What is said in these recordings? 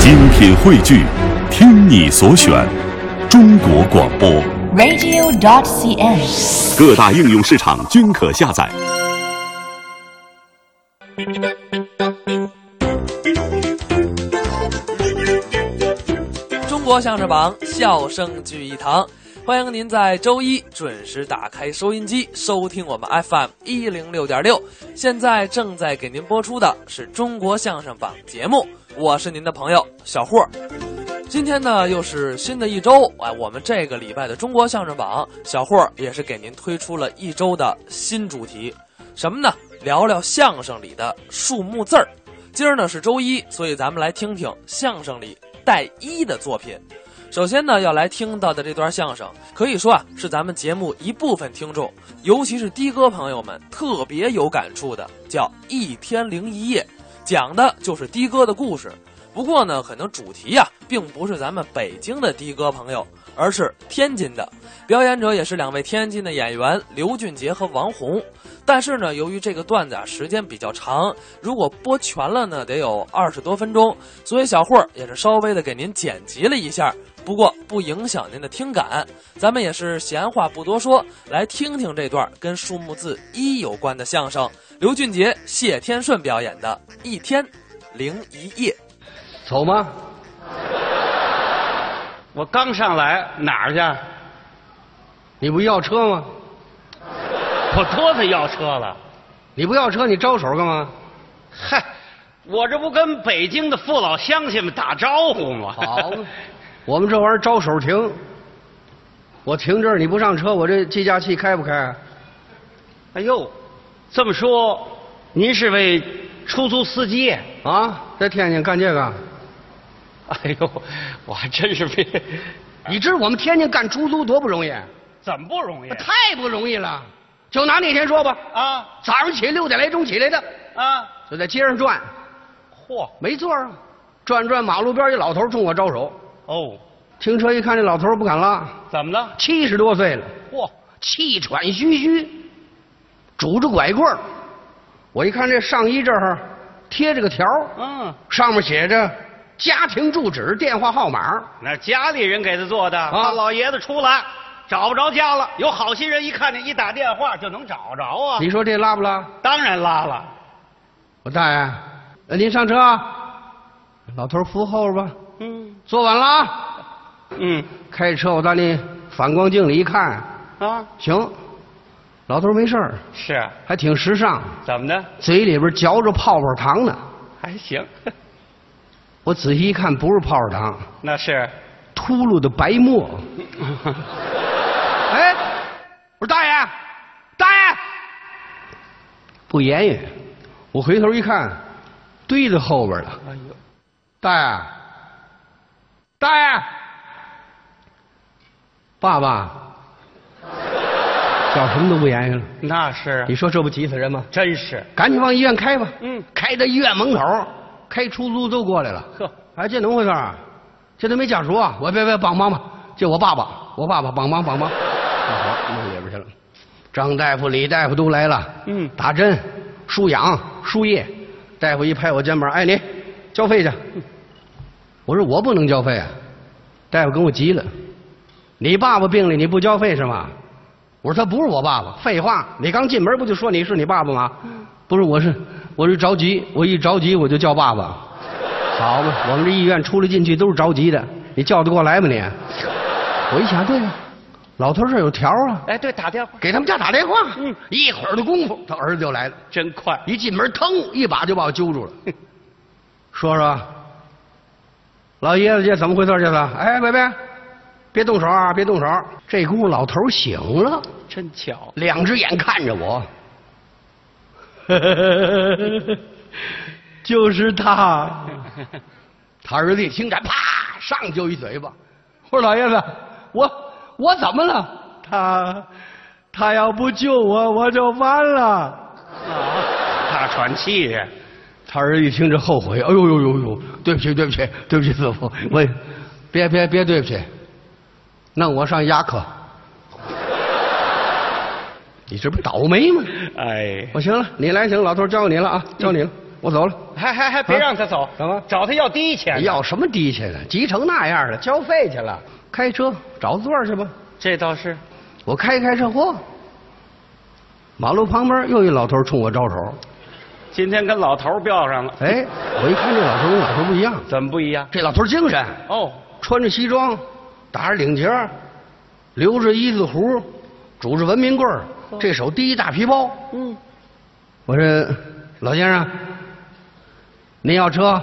精品汇聚，听你所选，中国广播。 radio.cn 各大应用市场均可下载。中国相声榜，笑声聚一堂。欢迎您在周一准时打开收音机，收听我们 FM 一零六点六。现在正在给您播出的是《中国相声榜》节目，我是您的朋友小霍儿。今天呢，又是新的一周，哎，我们这个礼拜的中国相声榜，小霍儿也是给您推出了一周的新主题，什么呢？聊聊相声里的数目字儿。今儿呢是周一，所以咱们来听听相声里带“一”的作品。首先呢，要来听到的这段相声，可以说啊是咱们节目一部分听众，尤其是的哥朋友们特别有感触的，叫《一天零一夜》，讲的就是的哥的故事。不过呢，可能主题啊，并不是咱们北京的的哥朋友，而是天津的。表演者也是两位天津的演员刘俊杰和王红。但是呢，由于这个段子啊时间比较长，如果播全了呢，得有二十多分钟，所以小霍儿也是稍微的给您剪辑了一下。不过不影响您的听感，咱们也是闲话不多说，来听听这段跟数目字一有关的相声，刘俊杰、谢天顺表演的《一天零一夜》。丑吗？我刚上来哪儿去？你不要车吗？ 我多次要车了，你不要车，你招手干嘛？嗨，我这不跟北京的父老乡亲们打招呼吗？好，我们这玩意儿招手停。我停这儿，你不上车，我这计价器开不开啊？哎呦，这么说，您是位出租司机？啊，在天津干这个？哎呦，我还真是没，你知道我们天津干出租多不容易？怎么不容易？太不容易了。就拿那天说吧，啊早上起六点来钟起来的，啊，就在街上转，嚯没座儿啊，转转马路边儿一老头冲我招手，哦，停车一看，这老头儿不敢拉，怎么了？七十多岁了，嚯，气喘吁吁，拄着拐棍儿。我一看这上衣这儿贴着个条儿，嗯，上面写着家庭住址、电话号码。那是家里人给他做的。啊老爷子出来找不着家了，有好心人一看见，一打电话就能找着 啊。嗯你说这拉不拉？当然拉了。我大爷，呃您上车啊。老头儿扶后边吧，嗯坐稳了啊。嗯开着车我到那反光镜里一看，啊，行，老头儿没事儿，是啊还挺时尚，怎么的？嘴里边嚼着泡泡糖呢。还行， 我仔细一看，不是泡泡糖，那是秃噜的白沫。 哎，我说大爷，大爷，不言语。我回头一看，堆在后边了。哎呦，大爷，大爷，爸 爸，叫什么都不言语了。那是你，说这不急死人吗？真是赶紧往医院开吧。嗯开到医院门口，开出租都过来了。呵，哎，这怎么回事啊？这都没家属啊！我别别帮帮吧，这我爸爸，我爸爸帮帮帮帮。 那好，弄里边去了。张大夫、李大夫都来了。嗯打针、输氧、输液。大夫一拍我肩膀，哎，你交费去。我说我不能交费啊。大夫跟我急了，你爸爸病了你不交费是吗？我说他不是我爸爸，废话，你刚进门不就说你是你爸爸吗？不是，我是我是着急，我一着急我就叫爸爸。好嘛，我们这医院出来进去都是着急的，你叫得过来吗你？我一想，对呀、老头这有条啊，哎，对，打电话给他们家打电话。嗯一会儿的功夫，他儿子就来了，真快，一进门腾一把就把我揪住了，说说，老爷子这怎么回事？这是？哎，别别，别动手啊，别动手！这功夫老头醒了。真巧，两只眼看着我， 就是他。 他儿子一听这，啪上就一嘴巴。我说老爷子，我我怎么了？他他要不救我，我就完了。啊大喘气呀，他儿子一听这后悔，哎呦呦呦呦，对不起对不起对不起师傅，我也别别别对不起，弄我上牙 科。你这不倒霉吗？哎，我行了，你来行，老头儿交给你了啊，交你了。我我走了。还还还别啊让他走，怎么哎找他要低钱？要什么低去了？急成那样了，交费去了，开车找座儿去吧。这倒是，我开一开车，嚯！马路旁边又一老头冲我招手，今天跟老头儿飙上了，哎，我一看这老头跟老头不一样，怎么不一样？这老头精神，哦，穿着西装，打着领结儿，留着一字胡，拄着文明棍儿，这手提一大皮包。嗯，我说老先生，您要车，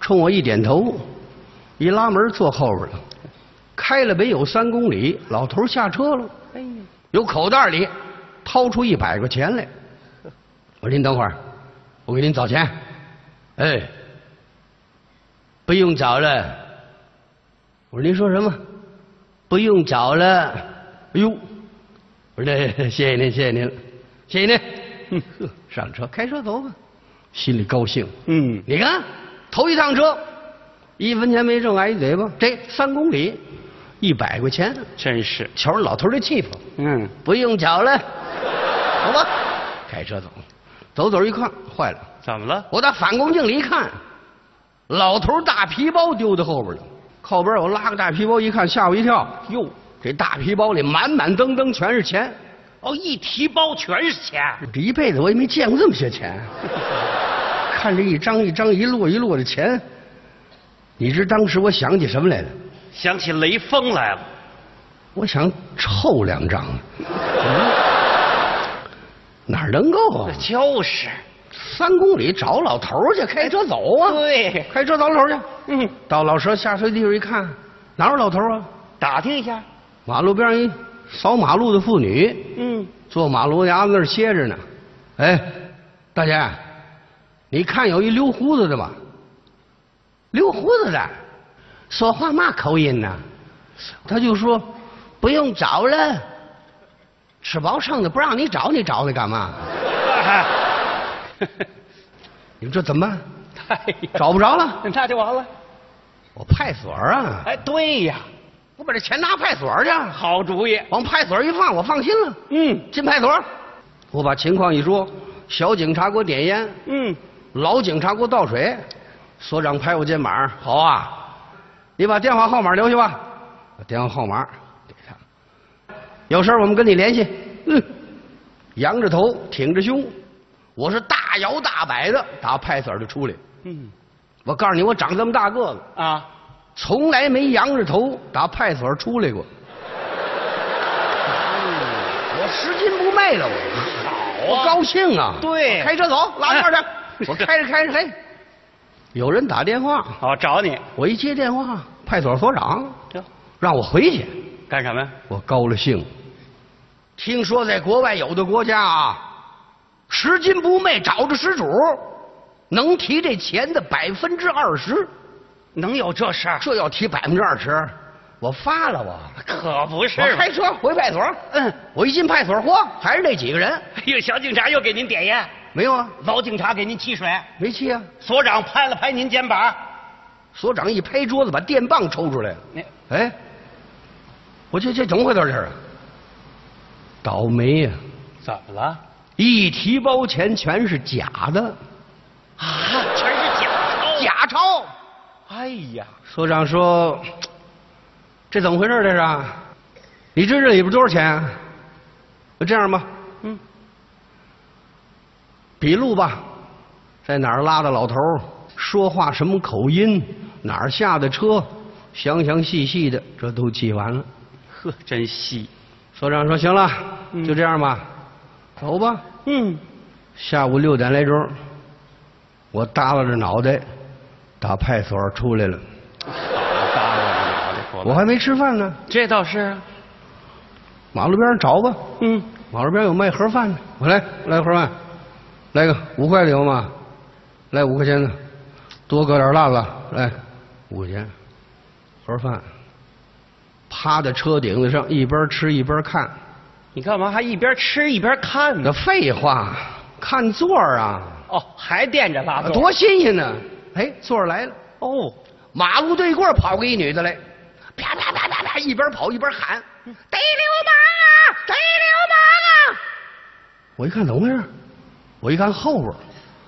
冲我一点头，一拉门坐后边了。开了没有三公里，老头下车了，哎呀，由口袋里掏出一百块钱来。我说您等会儿，我给您找钱。哎，不用找了。我说您说什么？不用找了。哎呦，我说 那谢谢您，谢谢您了，谢谢您。哼呵，上车，开车走吧。心里高兴。嗯，你看，头一趟车，一分钱没挣，挨一嘴巴。这三公里，一百块钱，真是，瞧着老头儿这气魄。嗯，不用找了，走吧，开车走，走走一看，坏了，怎么了？我打反光镜里一看，老头大皮包丢在后边了，靠边我拉个大皮包一看，吓我一跳，哟，这大皮包里满满登登全是钱，哦，一提包全是钱，这一辈子我也没见过这么些钱，看这一张一张一摞一摞的钱，你知当时我想起什么来了？想起雷锋来了，我想臭两张，嗯哪儿能够哦啊？就是，三公里找老头儿去，开车走啊！对，开车找老头儿去。 嗯，到老车下车地方一看，哪有老头儿啊？打听一下，马路边上一扫马路的妇女，嗯，坐马路牙子那儿歇着呢。哎，大姐，你看有一留胡子的吧？留胡子的，说话嘛口音呢？他就说不用找了，吃饱撑的不让你找，你找他干嘛？你们这怎么办？哎呀，找不着 了，那就完了。我派出所啊！哎，对呀，我把这钱拿派出所去，好主意，往派出所一放，我放心了。嗯进派出所，我把情况一说，小警察给我点烟，嗯，老警察给我倒水。所长拍我肩膀，好啊，你把电话号码留下吧，把电话号码给他。有事儿我们跟你联系。嗯，扬着头，挺着胸，我是大摇大摆的打派出所就出来。嗯我告诉你，我长这么大个子，啊，从来没扬着头打派出所出来过。我拾金不昧了，我哎好我高兴啊！对哎我开车走，拉这儿去。是我开着开着，嘿，有人打电话，好找你，我一接电话，派出所所长这让我回去，干什么呀？我高了兴。听说在国外有的国家啊，拾金不昧，找着失主，能提这钱的百分之二十。能有这事儿？这要提百分之二十，我发了我。可不是我嘛。开车回派出所，嗯，我一进派出所，嚯，还是那几个人，哎呦，小警察又给您点烟，没有啊，老警察给您沏水，没气啊。所长拍了拍您肩膀，所长一拍桌子，把电棒抽出来了。您哎，我这这怎么回事这是啊？倒霉呀、怎么了？一提包钱全是假的，啊，全是假钞！假钞。哎呀，所长说：“这怎么回事这是啊？你知这里边多少钱啊？那这样吧，嗯，笔录吧，在哪儿拉的老头儿，说话什么口音，哪儿下的车，详详细细的，这都记完了。呵，真细。所长说：“行了，嗯就这样吧，走吧。嗯，”下午六点来钟，我耷拉着脑袋，打派出所出来了。耷拉着脑袋说我还没吃饭呢，这倒是。马路边上找吧。嗯，马路边有卖盒饭的，我来来盒饭，来个五块的有吗？来五块钱的，多搁点辣子，来五块钱，盒饭。趴在车顶子上，一边吃一边看，你干嘛还一边吃一边看那呢？废话，看座儿啊，哦，还惦着拉多新鲜呢！哎，座儿来了，哦，马路对过跑过一女的来，啪啪啪啪啪，一边跑一边喊：“逮流氓啊！逮流氓啊！”我一看怎么回事，我一看后边儿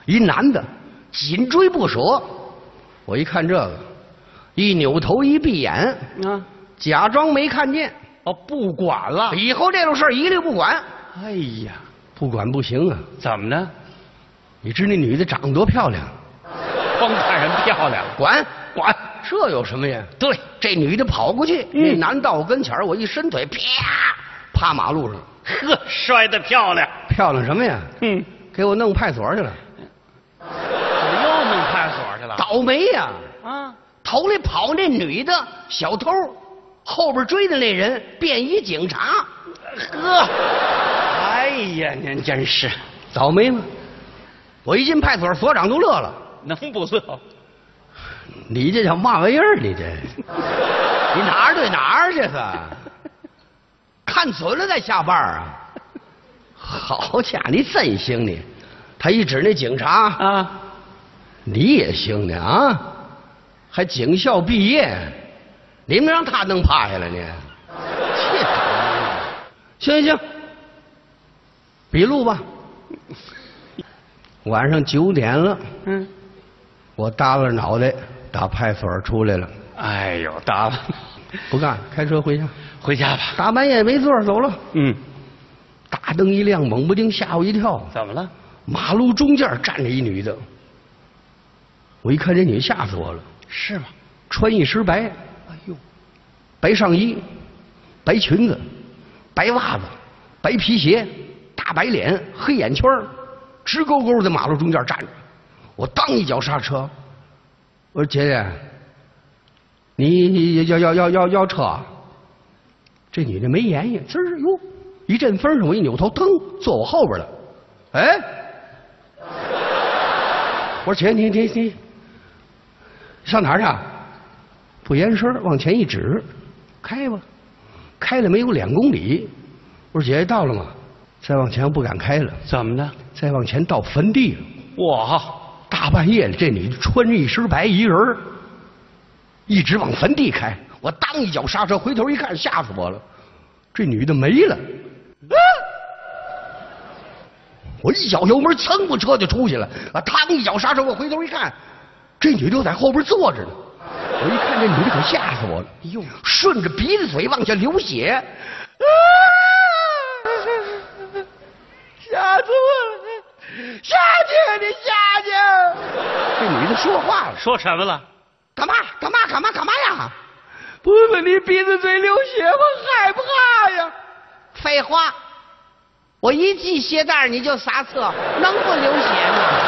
一男的紧追不舍。我一看这个，一扭头一闭眼，啊，假装没看见，哦，不管了。以后这种事儿一律不管。哎呀，不管不行啊！怎么呢？你知那女的长得多漂亮，光看人漂亮。管管，这有什么呀？对，这女的跑过去，那男到我跟前儿，我一伸腿，啪，趴马路上，呵，摔得漂亮。漂亮什么呀？嗯，给我弄派出所去了，怎么嗯又弄派出所去了？倒霉呀、啊，头里跑那女的小偷，后边追的那人便衣警察，呵，哎呀，您真是倒霉吗？我一进派出所，所长都乐了，能不乐？你这叫嘛玩意儿？你这，你哪儿对哪儿这个？看准了再下绊儿啊！好家伙，你真行你！他一指那警察，啊，你也行呢啊！还警校毕业，你们让他弄趴下了呢？这倒霉行行行，笔录吧。晚上九点了，嗯，我耷拉脑袋打派出所出来了。哎呦，打了， 不干，开车回家。回家吧。大半夜没座儿，走了。嗯，大灯一亮，猛不丁吓我一跳。怎么了？马路中间站着一女的，我一看这女的吓死我了，是吗？穿一身白，哎呦，白上衣，白裙子，白袜子，白皮鞋，大白脸，黑眼圈儿直勾勾在马路中间站着。我当一脚刹车，我说姐姐，你你要要要要要车啊？这女的没言语，滋儿哟，一阵风儿我一扭头，腾坐我后边了。哎，我说姐你你你上哪儿去啊？不言声儿，往前一指，开吧。开了没有两公里，我说姐姐到了吗？再往前我不敢开了，怎么的？再往前到坟地了。哇，大半夜的，这女的穿着一身白衣人儿一直往坟地开。我当一脚刹车，回头一看，吓死我了！这女的没了。啊！我一脚油门，噌，我车就出去了。啊，当一脚刹车，我回头一看，这女的就在后边坐着呢。我一看这女的，可吓死我了！哟，顺着鼻子嘴往下流血。啊！吓死我了！下去，你下去！这女的说话了。说什么了？干嘛？干嘛？干嘛？干嘛呀？不是你鼻子嘴流血，我害怕呀！废话，我一系鞋带你就刹车，能不流血吗？